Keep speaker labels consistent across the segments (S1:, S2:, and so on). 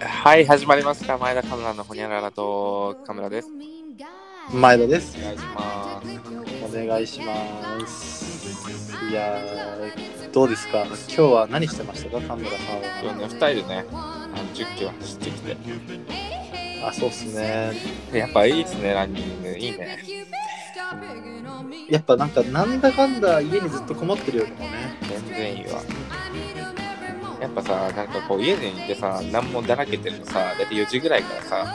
S1: はい、始まりました。前田カメラのほにゃららとカメラです。
S2: 前田です。
S1: お願いします。
S2: お願いします。いやー、どうですか今日は何してましたか神村さん
S1: 今
S2: は。
S1: 日ね、2人でね、あの10キロ走ってきて。
S2: あ、そうっすね。
S1: でやっぱいいですね、ランニング。いいね。
S2: やっぱなんか、なんだかんだ家にずっとこもってるよりもね。
S1: 全然いいわ。やっぱさ、なんかこう、家にいてさ、何もだらけてるのさ、だいたい4時ぐらいからさ、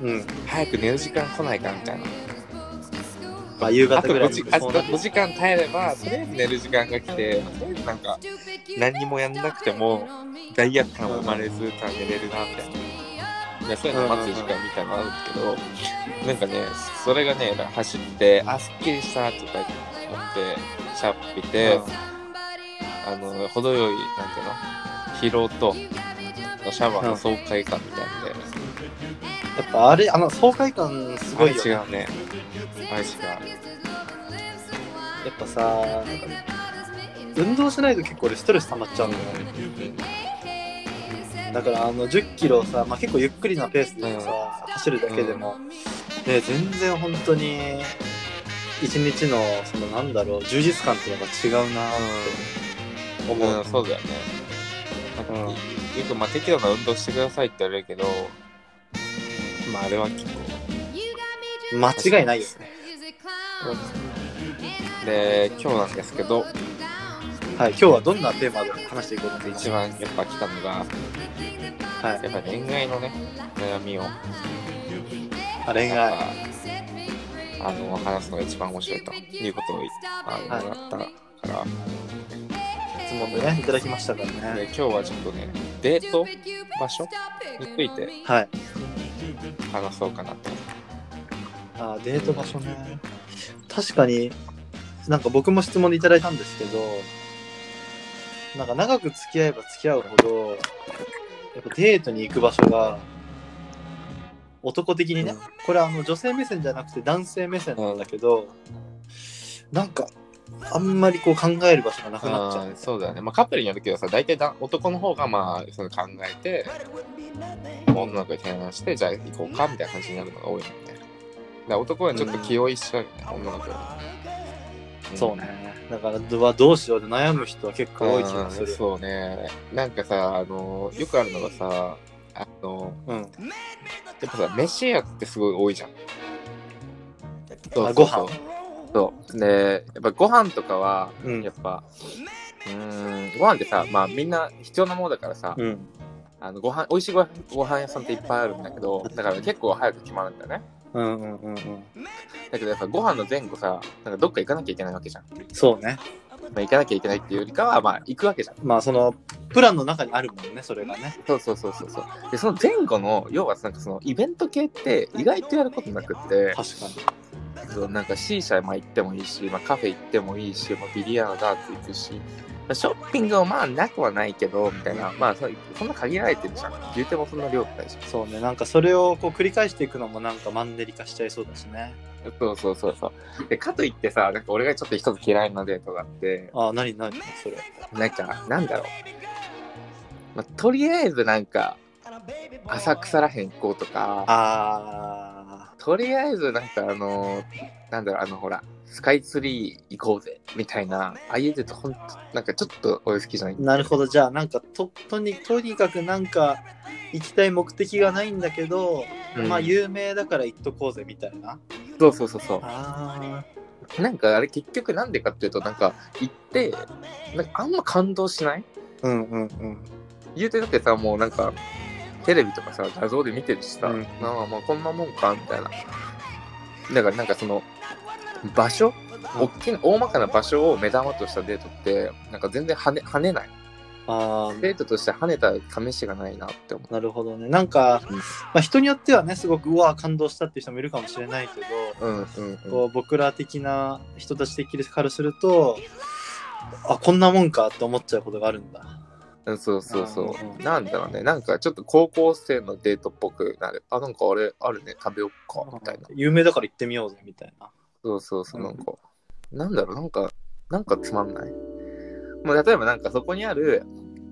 S2: うん。
S1: 早く寝る時間来ないかみたいな。
S2: まあ、夕
S1: あ
S2: 方
S1: と
S2: ぐらい
S1: 5
S2: に
S1: 時
S2: そ
S1: あ
S2: う
S1: と
S2: なる
S1: 5時間耐えれば、とりあえず寝る時間が来て、とりあえずなんか、何にもやんなくても、罪悪感を生まれず、ただ寝れるなみたいな。いやそういうの待つ時間みたいなのあるんですけど、なんかね、それがね、走って、あ、すっきりしたとか言って、シャッピて、あの、程よい、なんていうの、疲労と、シャワーの爽快感みたいなんで、
S2: やっぱあれ、あの、爽快感すごいよ。
S1: あれ
S2: や
S1: 違うね。あれ違う。
S2: っぱさ、なんか運動しないと結構俺ストレス溜まっちゃうんだよね。だからあの10キロさ、まあ、結構ゆっくりなペースでさ、走るだけでも、で全然本当に一日のそのなんだろう充実感っていうのが違うなって思
S1: うん、
S2: う、
S1: そうだよね。なんか
S2: うん
S1: よく、まあ、適度な運動してくださいって言われるけど、まあ、あれは結構。
S2: 間違いないよね
S1: で、今日なんですけど、
S2: はい今日はどんなテーマで話していこうと思って
S1: 一番やっぱ来たのが、
S2: はい
S1: やっぱ恋愛のね、悩みを、
S2: あ恋
S1: やっ
S2: 愛
S1: ぱあの、話すのが一番面白いということを、あの、
S2: はい
S1: 習ったから、
S2: 質問でねいただきましたから
S1: で
S2: ね
S1: 今日はちょっとね、デート場所について
S2: はい
S1: 話そうかなと。
S2: あデート場所ね確かになんか僕も質問でいただいたんですけどなんか長く付き合えば付き合うほどやっぱデートに行く場所が男的にね、
S1: うん
S2: これはあの女性目線じゃなくて男性目線なんだけど、なんかあんまりこう考える場所がなくなっちゃう
S1: うんそうだよね。まあ、カップルによるけどさ、大体だ男の方がまあ、その考えて、女の子に提案して、じゃあ行こうかみたいな感じになるのが多いもんね。だから男はちょっと気負いしちゃうよね、女の子は。ん
S2: そうねだからどうどうしようで悩む人は結構多い気がす
S1: うん
S2: る
S1: そうねなんかさあのよくあるのがさあの
S2: うん
S1: やっぱさ飯屋ってすごい多いじゃん
S2: あご飯
S1: そうでやっぱご飯とかは、
S2: うん
S1: やっぱうーんご飯ってさまあみんな必要なものだからさ、
S2: うん
S1: あのご飯美味しいご飯ご飯屋さんっていっぱいあるんだけどだから結構早く決まるんだよね
S2: うんうんうんうん
S1: だけどやっぱご飯の前後さなんかどっか行かなきゃいけないわけじゃん、ま
S2: そうね
S1: あ、行かなきゃいけないっていうよりかはまあ行くわけじゃん
S2: まあそのプランの中にあるもんねそれがね
S1: そうそうそうそうそうでその前後の要はなんかそのイベント系って意外とやることなくって
S2: 確かに
S1: そうなんか C 社まあ行ってもいいし、まあ、カフェ行ってもいいし、まあ、ビリヤードダーツ行くし、まあ、ショッピングもまあなくはないけどみたいなまあそそんな限られてるじゃん言うてもそんな量ないし
S2: そうねなんかそれをこう繰り返していくのもなんかマンネリ化しちゃいそうだしね
S1: そうそうそうそうでかといってさなんか俺がちょっと一つ嫌いなデートがあって
S2: ああ何何それ
S1: なんかなんだろう、まあ、とりあえずなんか浅草らへん行こうとか
S2: あ
S1: とりあえずなんかあのなんだろうあのほらスカイツリー行こうぜみたいなああいうデートほんとなんかちょっと俺好きじゃない
S2: ーなるほどじゃあなんかととにとにかくなんか行きたい目的がないんだけど、
S1: うん
S2: まあ有名だから行っとこうぜみたいな
S1: そうそうそうそ
S2: あ
S1: うなんかあれ結局なんでかっていうとなんか行ってなんかあんま感動しない
S2: ーうんうんうん
S1: 言うてだってさもうなんかテレビとかさ画像で見てるしさ、
S2: うん
S1: なんかまあこんなもんかみたいなだからなんかその場所
S2: うん
S1: 大きな大まかな場所を目玉としたデートってなんか全然跳ね跳ねない
S2: ああ
S1: デートとして跳ねた試しがないなって思う
S2: なるほどねなんか、
S1: うん
S2: まあ、人によってはねすごくうわー感動したっていう人もいるかもしれないけど
S1: うんうんうん
S2: こう僕ら的な人たち的からするとあこんなもんかって思っちゃうことがあるんだ
S1: うん、そうそうそ
S2: うんうん
S1: う。なんだろうね。なんかちょっと高校生のデートっぽくなる。あ、なんかあれ、あるね。食べよっか。みたいな。
S2: 有名だから行ってみようぜみたいな
S1: そうそうそう。
S2: うん
S1: なんか、なんだろう。なんか、なんかつまんない。もう例えばなんかそこにある、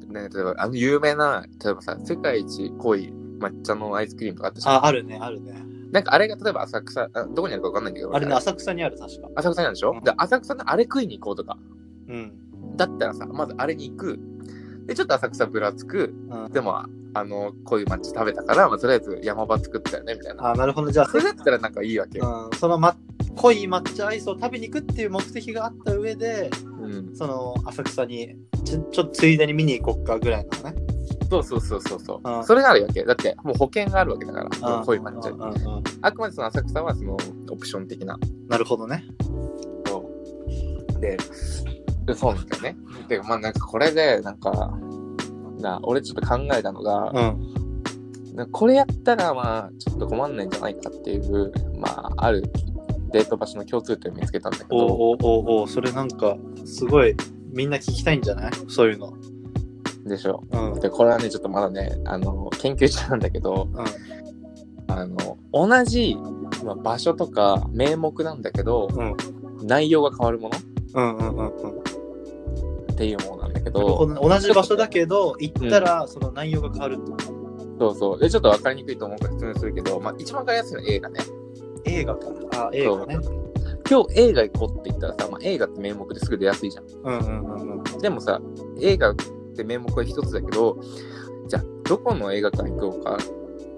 S1: ね、例えばあの有名な例えばさ世界一濃い抹茶のアイスクリームとかあったじゃん
S2: あ、あるね、あるね。
S1: なんかあれが例えば浅草あどこにあるかわかんないんだけど
S2: あれね、浅草にある、確か。
S1: 浅草にあるでしょ、
S2: うん
S1: で浅草のあれ食いに行こうとか
S2: うん。
S1: だったらさまずあれに行くでちょっと浅草ぶらつく
S2: うん、
S1: でもあのこういう抹茶食べたから、まあ、とりあえず山場作ったよねみたいな
S2: あ、なるほど。じゃあ、
S1: それだったらなんかいいわけよ、
S2: うん、その、ま、濃い抹茶アイスを食べに行くっていう目的があった上で、
S1: うん、
S2: その、浅草に、ちょ、ちょっとついでに見に行こっかぐらいなのね。
S1: そうそうそうそうそう
S2: うん
S1: それがあるわけだってもう保険があるわけだから
S2: ん
S1: 濃い抹茶
S2: う
S1: に
S2: んうんう
S1: あくまでその浅草はそのオプション的なん
S2: なるほどね。
S1: ででそうなんだよねでまあなんかこれでなんかな俺ちょっと考えたのが、
S2: うん。
S1: なんかこれやったらまあちょっと困んないんじゃないかっていうまああるデート場所の共通点を見つけたんだけ
S2: お
S1: ど
S2: おおおそれなんか、すごい、みんな聞きたいんじゃないそういうの。
S1: でしょ
S2: うん。うん。
S1: でこれはねちょっとまだねあの研究中なんだけどあの同じ、まあ、場所とか名目なんだけど
S2: うん。
S1: 内容が変わるもの
S2: うんうんうんうん。
S1: っていうものなんだけ
S2: なるほ
S1: ど
S2: どね同じ場所だけど、行ったら、その内容が変わるってこと
S1: そうそうでちょっと分かりにくいと思うから説明するけど、まあ、一番分かりやすいのは映画ね
S2: 映画か。あ、映画ね。
S1: 今日映画行こうって言ったらさ、まあ、映画って名目ですぐ出やすいじゃん
S2: うんうんうんうん。
S1: でもさ映画って名目は一つだけどじゃあどこの映画館行こうか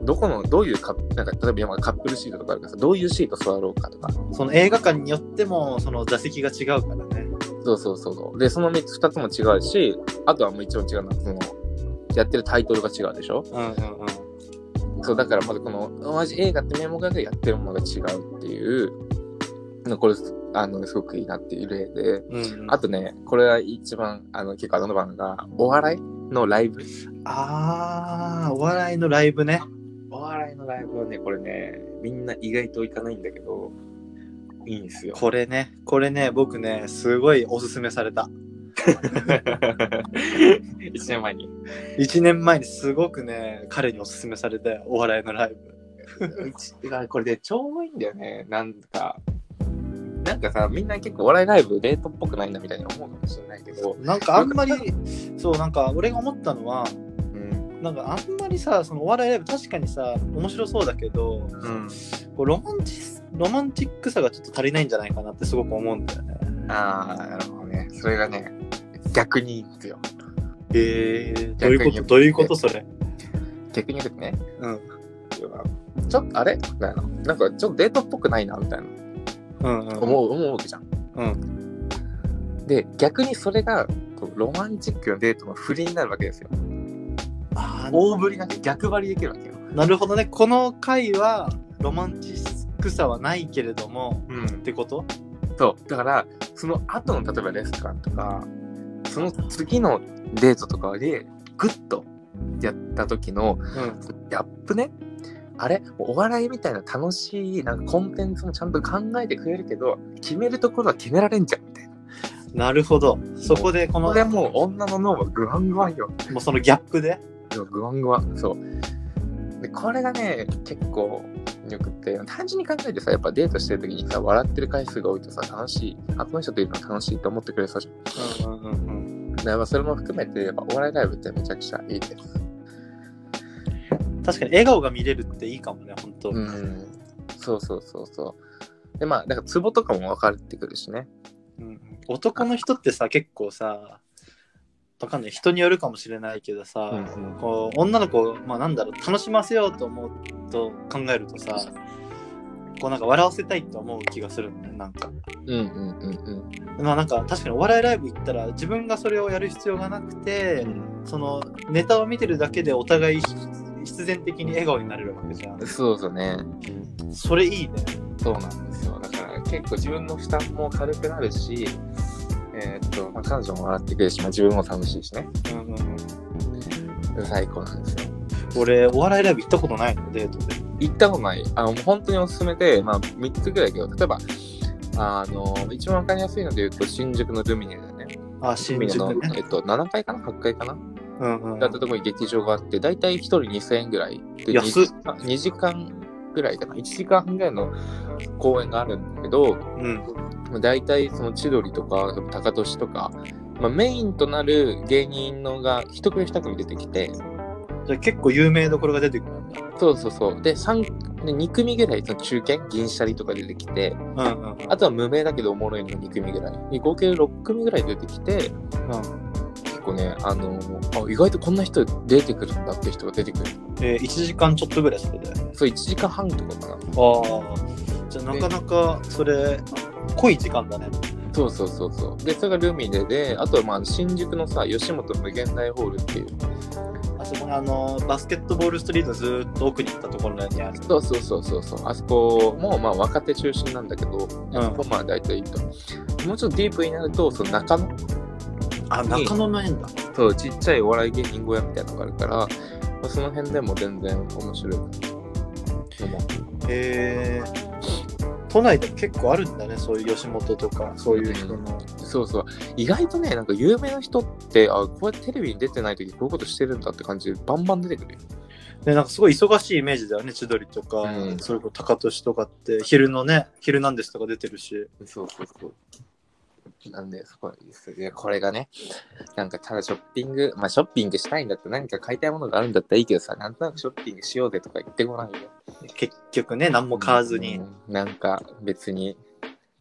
S1: どこのどういうカップなんか例えば今カップルシートとかあるからさどういうシート座ろうかとか
S2: その映画館によっても、その座席が違うからね。
S1: そうそうそうそうでその3つ2つも違うしあとはもう一番違うのはそのやってるタイトルが違うでしょ
S2: うんうんうん。
S1: そうだからまずこの同じ映画って名目だけどやってるものが違うっていうのこれあのすごくいいなっていう例で
S2: うん、
S1: あとねこれは一番あの結構あの番がお笑いのライブ
S2: あーお笑いのライブね。
S1: お笑いのライブはね、これね、みんな意外と行かないんだけど、いいん ですよ。
S2: これね、これね、僕ね、すごいおすすめされた。
S1: 1年前に。
S2: 1年前にすごくね、彼におすすめされて、お笑いのライブ。
S1: これでちょうどいいんだよね、なんか。なんかさ、みんな結構お笑いライブデートっぽくないなみたいに思うかもしれないけど、
S2: なんかあん まり、そう、なんか俺が思ったのは、
S1: うん。
S2: なんかあんまりさ、そのお笑いライブ確かにさ、面白そうだけど、こうロマンチスロマンチックさがちょっと足りないんじゃないかなってすごく思うんだよね。
S1: ああ、なるほどね。それがね、逆にいいんですよ。
S2: えー、どう
S1: 逆
S2: い
S1: に
S2: うことどういうことそれ。
S1: 逆に言うとね、
S2: うん。
S1: ちょっとあれみたいな。なんかちょっとデートっぽくないなみたいな。
S2: うん、うん。
S1: 思う、思うわけじゃん。
S2: うん。
S1: で、逆にそれが、こうロマンチックなデートの振りになるわけですよ。
S2: あー
S1: 大振りなんて逆張りできるわけよ。
S2: なるほどね。この回はロマンチックさはないけれども
S1: うん
S2: っ、てこと
S1: そうだからその後の例えばレストランとかその次のデートとかでグッとやった時の
S2: うん。
S1: ギャップねあれお笑いみたいな楽しいなんかコンテンツもちゃんと考えてくれるけど決めるところは決められんじゃんみたいな
S2: なるほど。そこでこの
S1: これもう女の脳はグワングワンよ
S2: もうそのギャップで。
S1: グワングワンそうでこれがね結構よくって単純に考えてさやっぱデートしてる時にさ笑ってる回数が多いとさ楽しいあこの人といるの楽しいと思ってくれそうじゃん
S2: うんうんうん
S1: だからそれも含めてやっぱお笑いライブってめちゃくちゃいいです
S2: うん。確かに笑顔が見れるっていいかもね、本当。
S1: う
S2: うん
S1: んそうそうそうそうでまあなんかツボとかも分かってくるしね
S2: うん男の人ってさ、結構さ、わかんない。人によるかもしれないけどさ、
S1: うん
S2: こう女の子を、まあ、なんだろう楽しませようと思うと考えるとさこうなんか笑わせたいと思う気がするんだよなんか
S1: うんうんうん
S2: まあなんか確かにお笑いライブ行ったら自分がそれをやる必要がなくて、
S1: う
S2: そのネタを見てるだけでお互い必然的に笑顔になれるわけじゃん
S1: んそうそうね
S2: それいいね
S1: そうなんですよだから結構自分の負担も軽くなるしえーっと、まあ、彼女も笑ってくれるし、まあ、自分も楽しいしね
S2: うんうんうん
S1: 最高なんですよ
S2: 俺お笑いライブ行ったことないのデートで
S1: 行ったことない。あの、もう本当におすすめで、まあ、3つぐらいだけど、例えば、あの、一番わかりやすいので言うと、新宿のルミネだよね。
S2: あ
S1: ル
S2: 新
S1: ミネの
S2: 宿、ね
S1: えっと、7階かな ?8 階かな、
S2: うんうん
S1: だったところに劇場があって、だいたい1人2000円ぐらい。で、
S2: 安っ
S1: 2時間ぐらいかな ?1 時間半ぐらいの公演があるんだけど、
S2: うん
S1: だいたいその千鳥とか、高俊とか、まあ、メインとなる芸人のが一組二組出てきて
S2: じゃあ結構有名どころが出てくるんだ。
S1: そうそうそうで三で2組ぐらいその中堅銀シャリとか出てきて
S2: うんうん
S1: あとは無名だけどおもろいの2組ぐらいで合計6組ぐらい出てきて
S2: うん。
S1: 結構ねあのあ意外とこんな人出てくるんだって人が出てくる
S2: えー、1時間ちょっとぐらいそれで。あ
S1: そう1時間半とかかな
S2: あ。じゃあなかなかそれ、濃い時間だね。
S1: そうそうそうそうでそれがルミネであとはまあ新宿のさ吉本無限大ホールっていう
S2: あそこのあの、バスケットボールストリートずーっと奥に行ったところにある。
S1: そうそうそうそうそうあそこもまあ若手中心なんだけど、
S2: ん
S1: あそこまあ大体いいともうちょっとディープになるとその中野
S2: あ、中野の縁だ。
S1: そうちっちゃいお笑い芸人小屋みたいなのがあるから、まあその辺でも全然面白いかな
S2: へえ都内でも結構あるんだね、そういう吉本とか、そういう人の。
S1: そうそう意外とねなんか有名な人ってあこうやってテレビに出てない時こういうことしてるんだって感じでバンバン出てくるよ
S2: ね、なんかすごい忙しいイメージだよね、千鳥とか、
S1: うん
S2: それこそ高俊とかって、昼のね、昼なんですとか出てるし。
S1: そうそうそうなんでそこいやこれがねなんかただショッピングまあショッピングしたいんだって何か買いたいものがあるんだったらいいけどさなんとなくショッピングしようぜとか言ってこないよ
S2: 結局ね、何も買わずに。
S1: うんなんか別に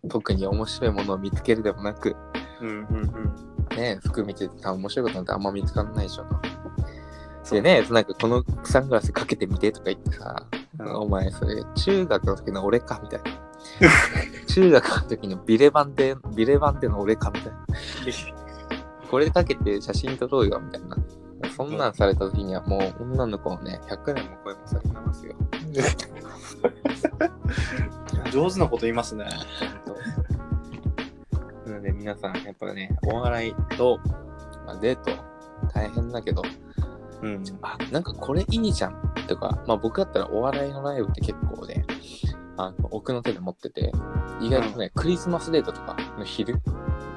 S1: 特に面白いものを見つけるでもなく
S2: うんうんうん。
S1: ね服見ててさ面白いことなんてあんま見つかんないでしょでねなんかこのサングラスかけてみてとか言ってさ、
S2: うん
S1: お前それ中学の時の俺かみたいな中学の時のビレ版でビレ版での俺かみたいなこれかけて写真撮ろうよみたいなそんなんされた時にはもう女の子をね100年も超えもされますよ
S2: 上手なこと言いますね。
S1: なので皆さんやっぱねお笑いと、まあ、デート大変だけど
S2: うん。
S1: あなんかこれいいじゃんとか、まあ、僕だったらお笑いのライブって結構ねあの奥の手で持ってて意外とね、クリスマスデートとかの昼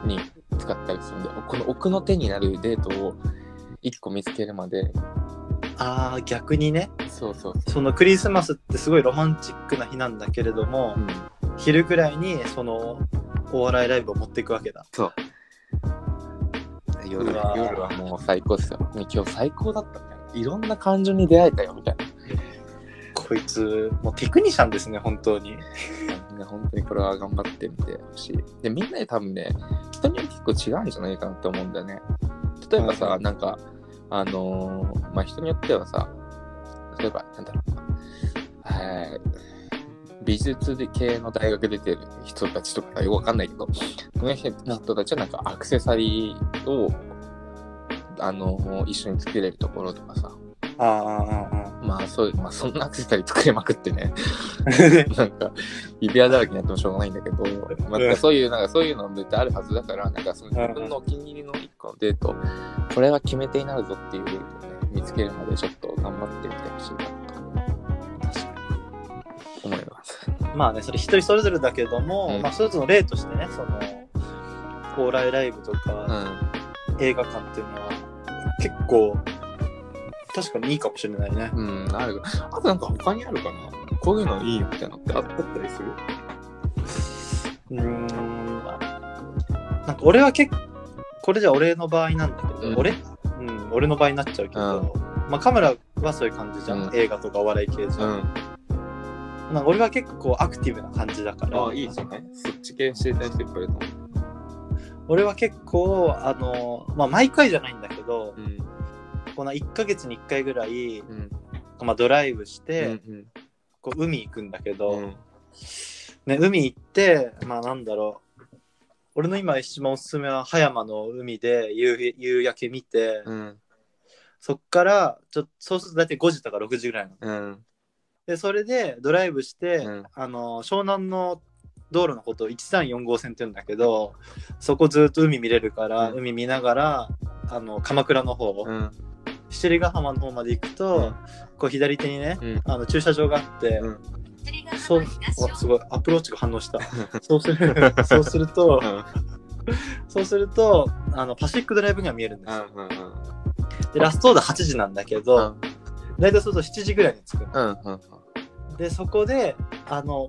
S1: に使ったりするんでこの奥の手になるデートを1個見つけるまで
S2: ああ、逆にね、
S1: そうそう
S2: そのクリスマスってすごいロマンチックな日なんだけれども、
S1: うん
S2: 昼ぐらいにそのお笑いライブを持っていくわけだ。
S1: 夜
S2: うわー
S1: 夜はもう最高ですよ、ね、今日最高だったみたいないろんな感情に出会えたよみたいな
S2: こいつ、もうテクニシャンですね、本当に。
S1: みんな本当にこれは頑張ってみてほしい。で、みんなで多分ね、人によって結構違うんじゃないかなって思うんだよね。例えばさ、
S2: うんうん
S1: なんか、あのーまあ人によってはさ、例えば、なんだろう、はい、美術系の大学出てる人たちとかよくわかんないけど、その人たちはなんかアクセサリーを、あのー一緒に作れるところとかさ、
S2: ああ、ああ、あ
S1: まあそういう、まあそんなアクセサリー作れまくってね、
S2: あ。
S1: なんか、指輪だらけになってもしょうがないんだけど、まあ、なんかそういう、なんかそういうの絶対あるはずだから、なんかその自分のお気に入りの一個のデート、これは決め手になるぞっていうデートをね、見つけるまでちょっと頑張ってみてほしいなと思います。
S2: まあね、それ一人それぞれだけども、
S1: うん
S2: まあそれぞれの例としてね、その、高麗ライブと
S1: う
S2: か
S1: ん。
S2: 映画館っていうのは、結構、確かにいいかもしれないね。
S1: うん、ある。あとなんか他にあるかなこういうのいいよみたいなのってあったりする
S2: うーん、まあなんか俺は結構、これじゃ俺の場合なんだけど、
S1: うん
S2: 俺うん、俺の場合になっちゃうけど、まあカメラはそういう感じじゃん。
S1: うん
S2: 映画とかお笑い系じゃん。
S1: ん。
S2: なんか俺は結構アクティブな感じだから、
S1: あいいじゃないそっち系知りたい人いっぱいいると思
S2: 俺は結構、あの、まあ毎回じゃないんだけど
S1: う。、うん。
S2: この1ヶ月に1回ぐらい、
S1: うん。
S2: まあ、ドライブして、
S1: うん。
S2: こう海行くんだけど、
S1: うん。
S2: ね、海行ってまあなんだろう俺の今一番おすすめは葉山の海で夕日夕焼け見て、
S1: うん。
S2: そっからちょっとそうすると大体5時とか6時ぐらいなの
S1: うん。
S2: でそれでドライブして、
S1: うん
S2: あの湘南の道路のことを134号線って言うんだけどそこずっと海見れるから、
S1: うん
S2: 海見ながらあの鎌倉の方、
S1: うん。
S2: 七里ヶ浜の方まで行くと、
S1: うん
S2: こう左手にね、
S1: うん
S2: あの駐車場があって、
S1: うん
S2: そうわすごいアプローチが反応した そうするそうするとそうするとあのパシフィックドライブが見えるんですよ、
S1: うん。うん。
S2: でラストオーダー8時なんだけど、大体そうすると7時ぐらいに着く
S1: うんうん
S2: でそこであの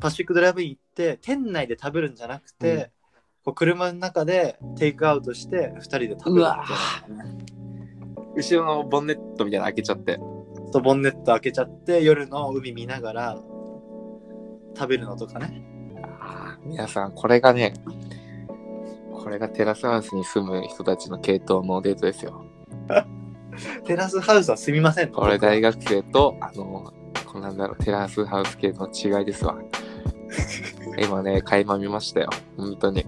S2: パシフィックドライブに行って店内で食べるんじゃなくて、こう車の中でテイクアウトして2人で食べるみたいな
S1: 後ろのボンネットみたいなの開けちゃって
S2: そうボンネット開けちゃって夜の海見ながら食べるのとかね
S1: あー皆さんこれがねこれがテラスハウスに住む人たちの系統のデートですよ
S2: テラスハウスはすみません
S1: これ大学生とあのこうなんだろうテラスハウス系の違いですわ 今ね垣間見ましたよ本当に
S2: い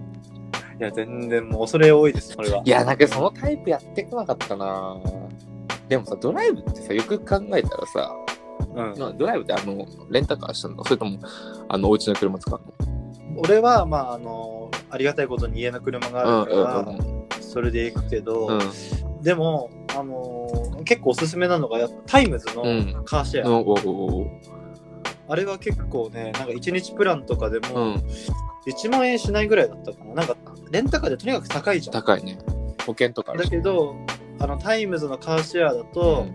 S2: や全然もう恐れ多いですこれはい
S1: やなんかそのタイプやってこなかったなでもさドライブってさよく考えたらさ、
S2: うん、
S1: まあドライブってあのレンタカーしたのそれともあのお家の車使う
S2: 俺はまああのありがたいことに家の車が
S1: の
S2: あるから、それで行くけど、
S1: うんうん
S2: でも、あのー結構おすすめなのがやっぱタイムズ
S1: う
S2: のカーシェア、
S1: おおおお
S2: あれは結構ねなんか1日プランとかで
S1: う
S2: も
S1: ん
S2: 1万円しないぐらいだったかななんかレンタカーでとにかく高いじゃん
S1: 高いね保険とかある
S2: だ
S1: し
S2: けどあのタイムズのカーシェアだと、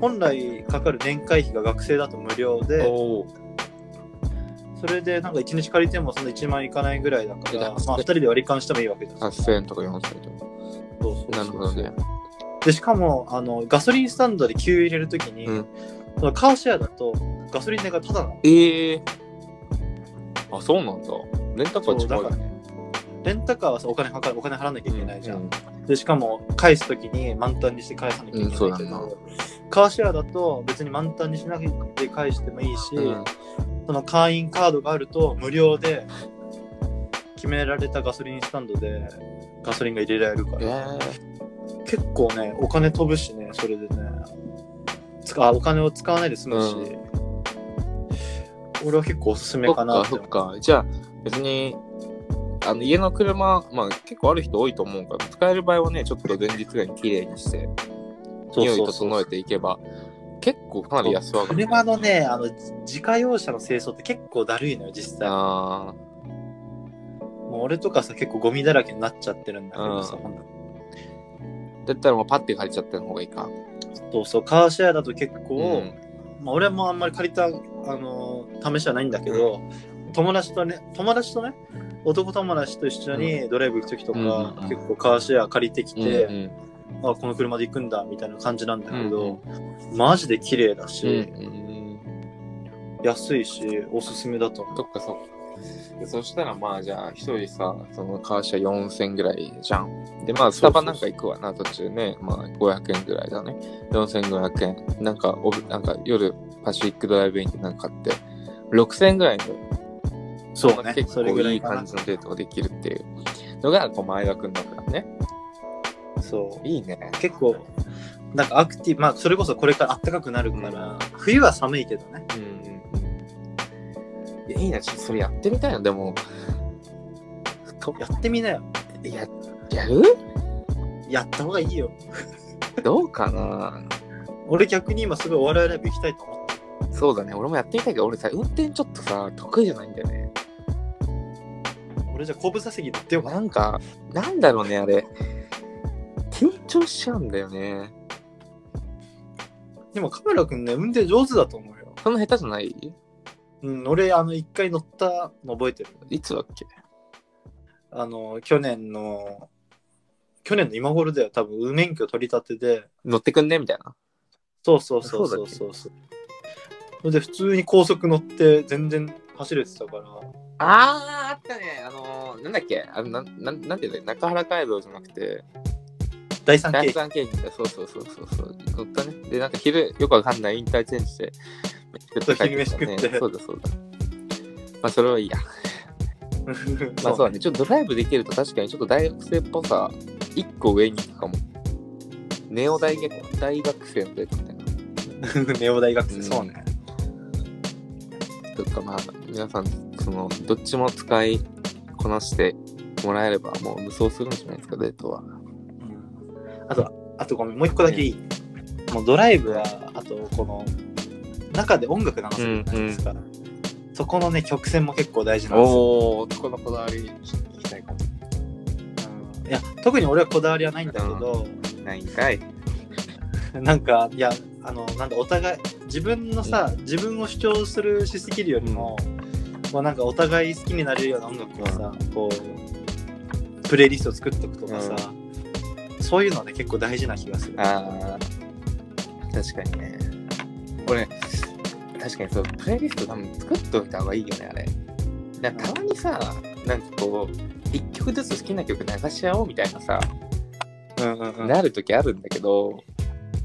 S2: 本来かかる年会費が学生だと無料
S1: うん
S2: で
S1: おお
S2: それでなんか1日借りてもその1万円いかないぐらいだか
S1: えだ
S2: ら、まあ、2人で割り勘してもいいわけです
S1: 8000円とか4000円とか
S2: そうそうそう
S1: なるほどね
S2: でしかもあのガソリンスタンドで給油入れるときに、
S1: うん
S2: そのカーシェアだとガソリン代がタダなの
S1: ええあそうなんだレンタカー違う
S2: そ
S1: よ
S2: うだからレンタカーはさお金かかるお金払わなきゃいけないじゃん、
S1: うん
S2: でしかも返すときに満タンにして返さなきゃいけないけど、
S1: うんそうだな
S2: カーシェアだと別に満タンにしなくて返してもいいし、
S1: うん
S2: その会員カードがあると無料で決められたガソリンスタンドでガソリンが入れられるか
S1: え
S2: ら、
S1: ー
S2: 結構ねお金飛ぶしねそれでねつかあお金を使わないで済むし、俺は結構おすすめ
S1: そっ
S2: かな
S1: か
S2: って
S1: そっかじゃあ別にあの家の車、まあ、結構ある人多いと思うから使える場合はねちょっと前日ぐらいに綺麗にして
S2: そう
S1: 匂い
S2: そうそう
S1: 整えていけば結構かなり安上がり
S2: 車のねあの自家用車の清掃って結構だるいのよ実際も
S1: あ
S2: う俺とかさ結構ゴミだらけになっちゃってるんだけどさ、
S1: う
S2: ほんと
S1: ーだったらもうパッて借りちゃった方がいいか
S2: そうそうカーシェアだと結構、
S1: ん
S2: まあ、俺もあんまり借りた、あのー試しはないんだけど、友達とね友達とね男友達と一緒にドライブ行く時とか、
S1: うんうんうん
S2: 結構カーシェア借りてき
S1: うん
S2: て、
S1: うん
S2: あこの車で行くんだみたいな感じなんだけ
S1: う
S2: ど、マジで綺麗だし、
S1: うん
S2: 安いしおすすめだと思う
S1: そっかそっかでそしたらまあじゃあ一人さそのカーシェア4000ぐらいじゃんでまあスタバなんか行くわな途中ねまあ500円ぐらいだね4500円なんかおなんか夜パシフィックドライブインってなんか買って6000円ぐらいの
S2: そうね
S1: 結
S2: そ
S1: 構
S2: れぐら
S1: い
S2: い
S1: い
S2: か
S1: 感
S2: な
S1: じのデートができるっていうのがこう前田君だからね
S2: そう
S1: いいね
S2: 結構なんかアクティブまあそれこそこれから暖かくなるから、冬は寒いけどね
S1: うんうんうんいやいいなちょっとそれやってみたいなでもと
S2: やってみなよ
S1: ややる
S2: やった方がいいよ
S1: どうかな
S2: 俺逆に今すごいお笑いライブ行きたいと思って
S1: そうだね、俺もやってみたいけど、俺さ、運転ちょっとさ、得意じゃないんだよね。
S2: 俺じゃあ後部座席乗ってようかな
S1: なんか、なんだろうね、あれ。緊張しちゃうんだよね。
S2: でもカメラくんね運転上手だと思うよ
S1: そんな下手じゃない
S2: うん俺あの一回乗ったの覚えてる
S1: いつだっけ
S2: あの去年の去年の今頃だよ多分無免許取り立てで
S1: 乗ってくんねみたいな。
S2: そうそうそうそうそうそうそれで普通に高速乗って全然走れてたから
S1: あー、あったね。あのー、なんだっけあのなん、なん、なんていうんだっけ中原街道じゃなくて、
S2: 第三
S1: 第
S2: 景
S1: 三京浜だ。そうそうそうそうそう。乗ったね。で、なんか昼、よくわかんないインターチェンジで、
S2: そう昼飯食って
S1: 帰きたねそうだそうだ。まあ、それはいいや。
S2: 気
S1: まあそうだね、ちょっとドライブできると確かにちょっと大学生っぽさ、一個上に行くかも。ネオ大学大学生のデートみたいな。
S2: ネオ大学
S1: うん
S2: 生そうね
S1: とかまあ、皆さん、その、どっちも使いこなしてもらえれば、もう無双するんじゃないですか、デートは。
S2: あとあとごめんもう一個だけいいもうドライブはあとこの中で音楽流せるじゃないですかそこのね曲線も結構大事なんですよ
S1: おー、このこだわり、聞きたいかも。
S2: うんいや特に俺はこだわりはないんだけど、
S1: ないんかい。
S2: なんかいやあのなんだお互い自分のさ、自分を主張するしすぎるよりも、まあなんかお互い好きになれるような音楽をさ、こうプレイリスト作っとくとかさ、そういうのね結構大事な気がする
S1: あー確かにねこれ確かにそうプレイリスト多分作っといた方がいいよねあれなんかたまにさなんかこう1曲ずつ好きな曲流し合おうみたいなさ
S2: うんうんうん
S1: なる時あるんだけど、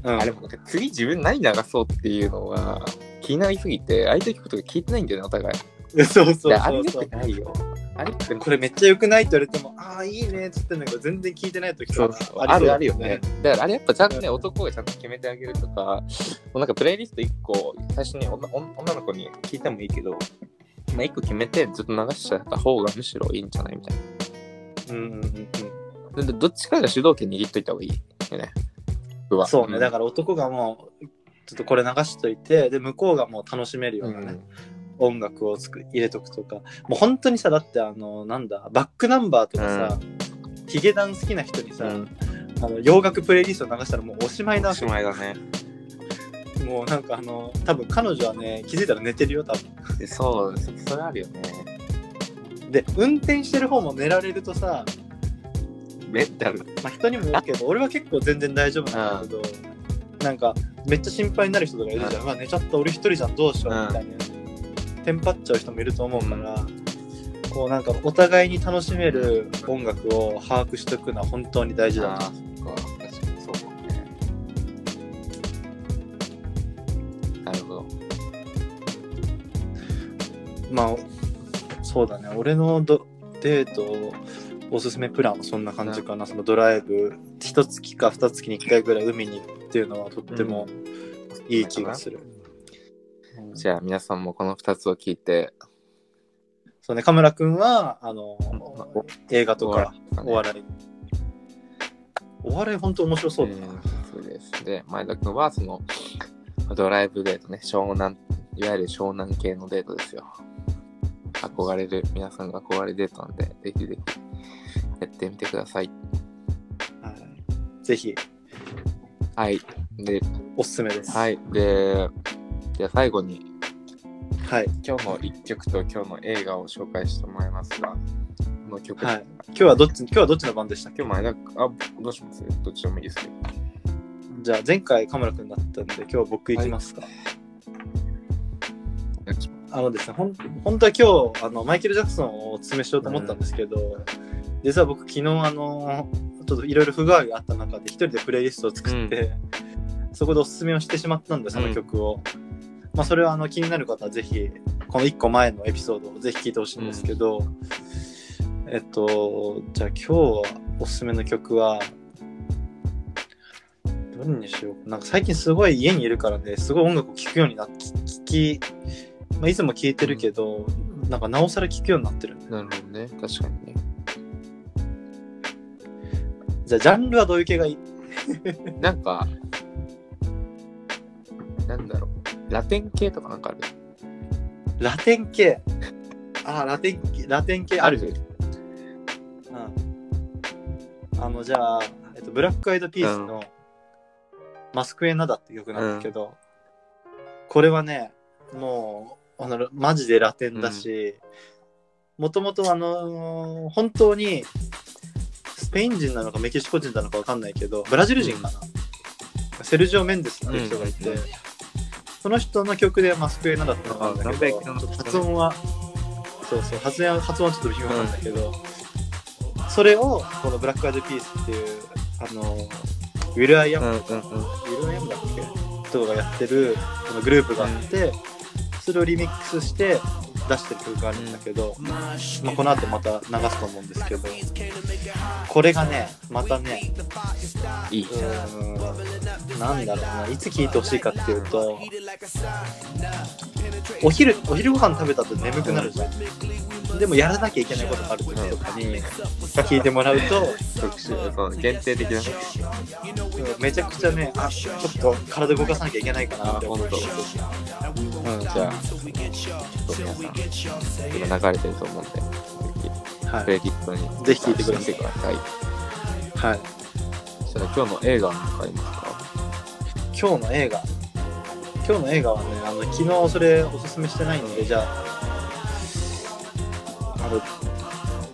S2: うん
S1: あれもなんか次自分何流そうっていうのが気になりすぎて相手の曲とか聞いてないんだよねお互い
S2: そうそう
S1: であ
S2: そ
S1: れよ
S2: うそう
S1: くないよあれって
S2: これめっちゃ良くないって言われてもああいいねっつってんだけど全然聞いてない時
S1: そ
S2: と
S1: う
S2: か
S1: そうあるあるよ
S2: そうだ
S1: ね。だからあれやっぱちゃんと
S2: う
S1: ね、
S2: ん
S1: 男がちゃんと決めてあげるとか、もうなんかプレイリスト1個、最初に女女女の子に聞いてもいいけど、まあ、1個決めてずっと流しちゃった方がむしろいいんじゃないみたい
S2: うんうんうん
S1: な。なんでどっちかが主導権握っといた方がいいよね。
S2: うんそうねだ
S1: か
S2: から男がもうちょっとこれ流しといてで向こうがもう楽しめるようなね、音楽をつく入れとくとかもう本当にさだってあのなんだバックナンバーとかさ、ヒゲダン好きな人にさ、あの洋楽プレイリスト流したらもうおしまい
S1: お
S2: なわ
S1: し
S2: け
S1: まいだね。
S2: もうなんかあの多分彼女はね気づいたら寝てるよ多分
S1: そう、そそれあるよね。
S2: で運転してる方も寝られるとさ、
S1: めってある。
S2: まあ、人にもよるけど俺は結構全然大丈夫なんだけど、なんかめっちゃ心配になる人とかいるじゃん、まあ、寝ちゃった俺一人じゃんどうしよ
S1: うん
S2: うみたいな、テンパっちゃう人もいると思うから、こうなんかお互いに楽しめる音楽を把握しとくのは本当に大事だ
S1: あ
S2: な
S1: あ、そっか。確かにそうかもね。なるほど。
S2: まあそうだね俺のドデートおすすめプランはそんな感じかな、そのドライブ一月か二月に一回ぐらい海に行くっていうのはとってもいい気がする、
S1: じゃあ皆さんもこの2つを聞いて、
S2: そうね、カムラ君は、あの、
S1: お
S2: 映画とか、お
S1: い
S2: 笑い。お笑い、本当面白そうだな。
S1: そうです。で、前田君はそのドライブデートね、湘南、いわゆる湘南系のデートですよ。憧れる、皆さんが憧れるデートなんで、ぜひぜひやってみてください。
S2: はいぜひ、
S1: はい。で、
S2: おすすめです。
S1: はい。で、じゃあ最後に、
S2: はい。
S1: 今日の1曲と今日の映画を紹介してもらいますが、この曲、
S2: はい今日はどっち、今日はどっちの番でしたっけ
S1: 今日前田君、あ、どうしますどっちでもいいですけど。
S2: じゃあ、前回、カムラ君だったんで、今日は僕行きますか。あのですね、ほん本当は今日あのマイケル・ジャクソンをお勧めしようと思ったんですけど、実は僕昨日あのちょっといろいろ不具合があった中で一人でプレイリストを作って、そこでお勧めをしてしまったんでその曲を、まあ、それはあの気になる方はぜひこの1個前のエピソードをぜひ聞いてほしいんですけど、えっとじゃあ今日はおすすめの曲はどれにしようかなんか最近すごい家にいるからねすごい音楽を聴くようになって聞き、まあ、いつも聴いてるけど、なんかなおさら聴くようになってる
S1: なるほどね、確かにね。
S2: じゃあジャンルはどういう系がいい
S1: なんか、なんだろう、ラテン系とかなんかある
S2: ラテン系ああラテン系ラテン系ある
S1: る
S2: うん、あのじゃあ、えっと、ブラックアイドピースの「マスクエナダ」って曲なんだけど、これはねもうあのマジでラテンだしもともとあのー本当にスペイン人なのかメキシコ人なのかわかんないけどブラジル人かな、セルジオ・メンデスっていう人がいて、
S1: うんうん
S2: その人の曲で「マスクエナダ」ってのがあるんだけ
S1: あ
S2: ど
S1: 南米系の
S2: 発音はそうそう発音は発音はちょっと微妙なんだけど、それをこの「ブラック・アイド・ピース」っていうあのウィル・アイア
S1: う
S2: ム、
S1: んうんうん。
S2: ウィル・アイアムだっけとかがやってるこのグループがあって、それをリミックスして出してる曲があるんだけど、まあ、この後また流すと思うんですけどこれがねまたね。
S1: いいう
S2: ーんなんだろうないつ聴いてほしいかっていうとお昼お昼ご飯食べた後眠くなるじゃんでもやらなきゃいけないことがある時とかに聴いてもらうと
S1: 特殊、そう、限定的なね。
S2: うんめちゃくちゃねあちょっと体動かさなきゃいけないかなって思う
S1: あ本
S2: うん
S1: じゃあ、ちょっと皆さん、今流れてると思うんで、ぜひ、プ
S2: は
S1: レ
S2: い、
S1: イリストに
S2: ぜひ聞いてください
S1: してください。
S2: はい、
S1: そしたら今日の映画なんかありますか
S2: 今日の映画今日の映画はねあの昨日それおすすめしてないんでじゃああの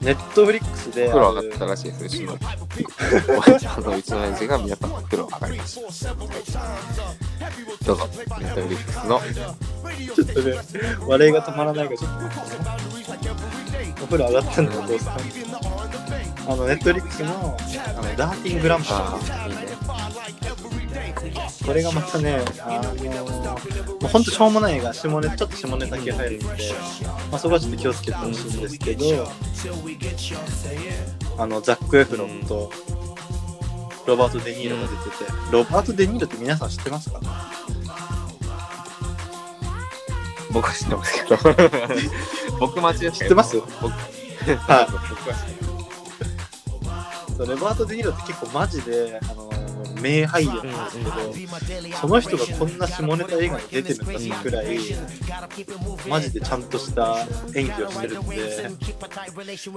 S2: ネットフリックスであ
S1: 風呂上
S2: る
S1: がったらしいです よ、死ぬ。おばあちゃんのうちの親父が皆さん風呂上がりました。どうぞ、ネットフリックスの
S2: ちょっとね笑いが止まらないがちょっとお風呂上がったんだお父さんあのネットフリックスのあのダーティングランパ
S1: あーいいね
S2: ーこれがまたねあのもうほんとしょうもない映画下ネちょっと下ネタ系入るんで、まあ、そこはちょっと気をつけてほしいんですけどあのザック・エフロンとロバート・デ・ニーロが出てて、ロバート・デ・ニーロって皆さん知ってますか
S1: 僕は知ってますけ ど。僕待ちですけど
S2: 知ってます
S1: 僕
S2: はい
S1: 僕は知ってま
S2: そうレバート・デ・ニーロって結構マジで、あのー名俳優なんですけど、その人がこんな下ネタ映画に出てるんだってくらい、マジでちゃんとした演技をしてるんで、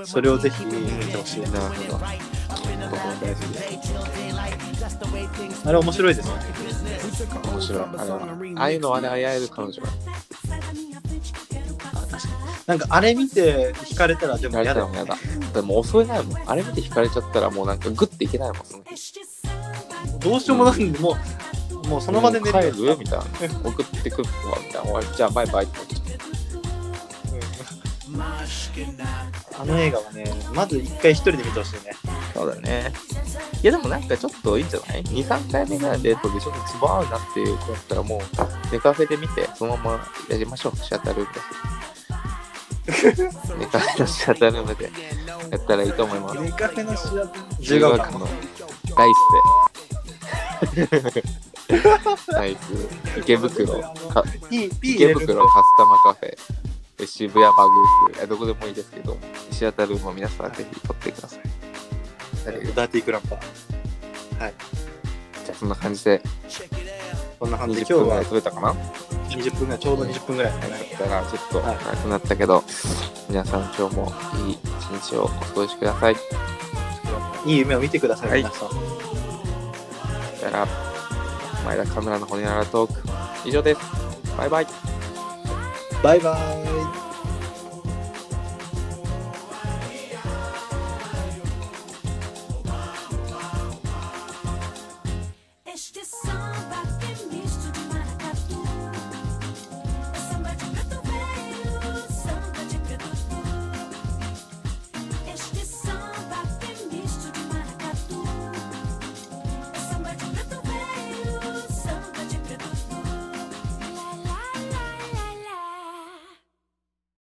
S2: それをぜひ見てほしい
S1: す。
S2: な。
S1: なるほど。僕も大好きです。
S2: あれ面白いですね。
S1: 面白い。あのああいうのあれ、あやえる彼女は。
S2: なんかあれ見て惹かれたらでも
S1: や
S2: 嫌だ
S1: だも
S2: よね
S1: や。だ。でも襲えないもん。あれ見て引かれちゃったらもうなんかグッていけないもん。その
S2: どうしようもなんで、もう、もうその場で寝るよ
S1: 帰るみたいな。送ってくるわみたいな。おいじゃあバイバイって。
S2: うんあの映画はね、まず一回一人で見てほしいね。
S1: そうだね。いやでもなんかちょっといいんじゃない ?2、3回目ぐらいのデートでちょっとつば合うなっていう子だったらもう、寝カフェで見て、そのままやりましょう。シャタルームで。寝カフェのシャタルームでやったらいいと思います。
S2: ネカフェの主役、
S1: 中
S2: 15
S1: 学
S2: 巻
S1: のダイスで。ダイス、池袋、か
S2: いい、いい
S1: 池袋カスタマカフェ。え渋谷マグースえ、どこでもいいですけど、石当たるも皆さんぜひ撮ってください。
S2: ダーティークランパー。
S1: じゃあそんな感じで、
S2: こんな感じで
S1: 20分ぐら
S2: 今日はい
S1: 撮れたかな
S2: 20分ぐらい、ちょうど20分ぐらいかな。
S1: だからちょっと
S2: はい
S1: 長くなったけど、皆さん今日もいい一日をお過ごしください。
S2: いい夢を見てください、
S1: はい
S2: 皆さん。
S1: だから、前田カメラのホニャララトーク、以上です。バイバイ。
S2: バイバーイ。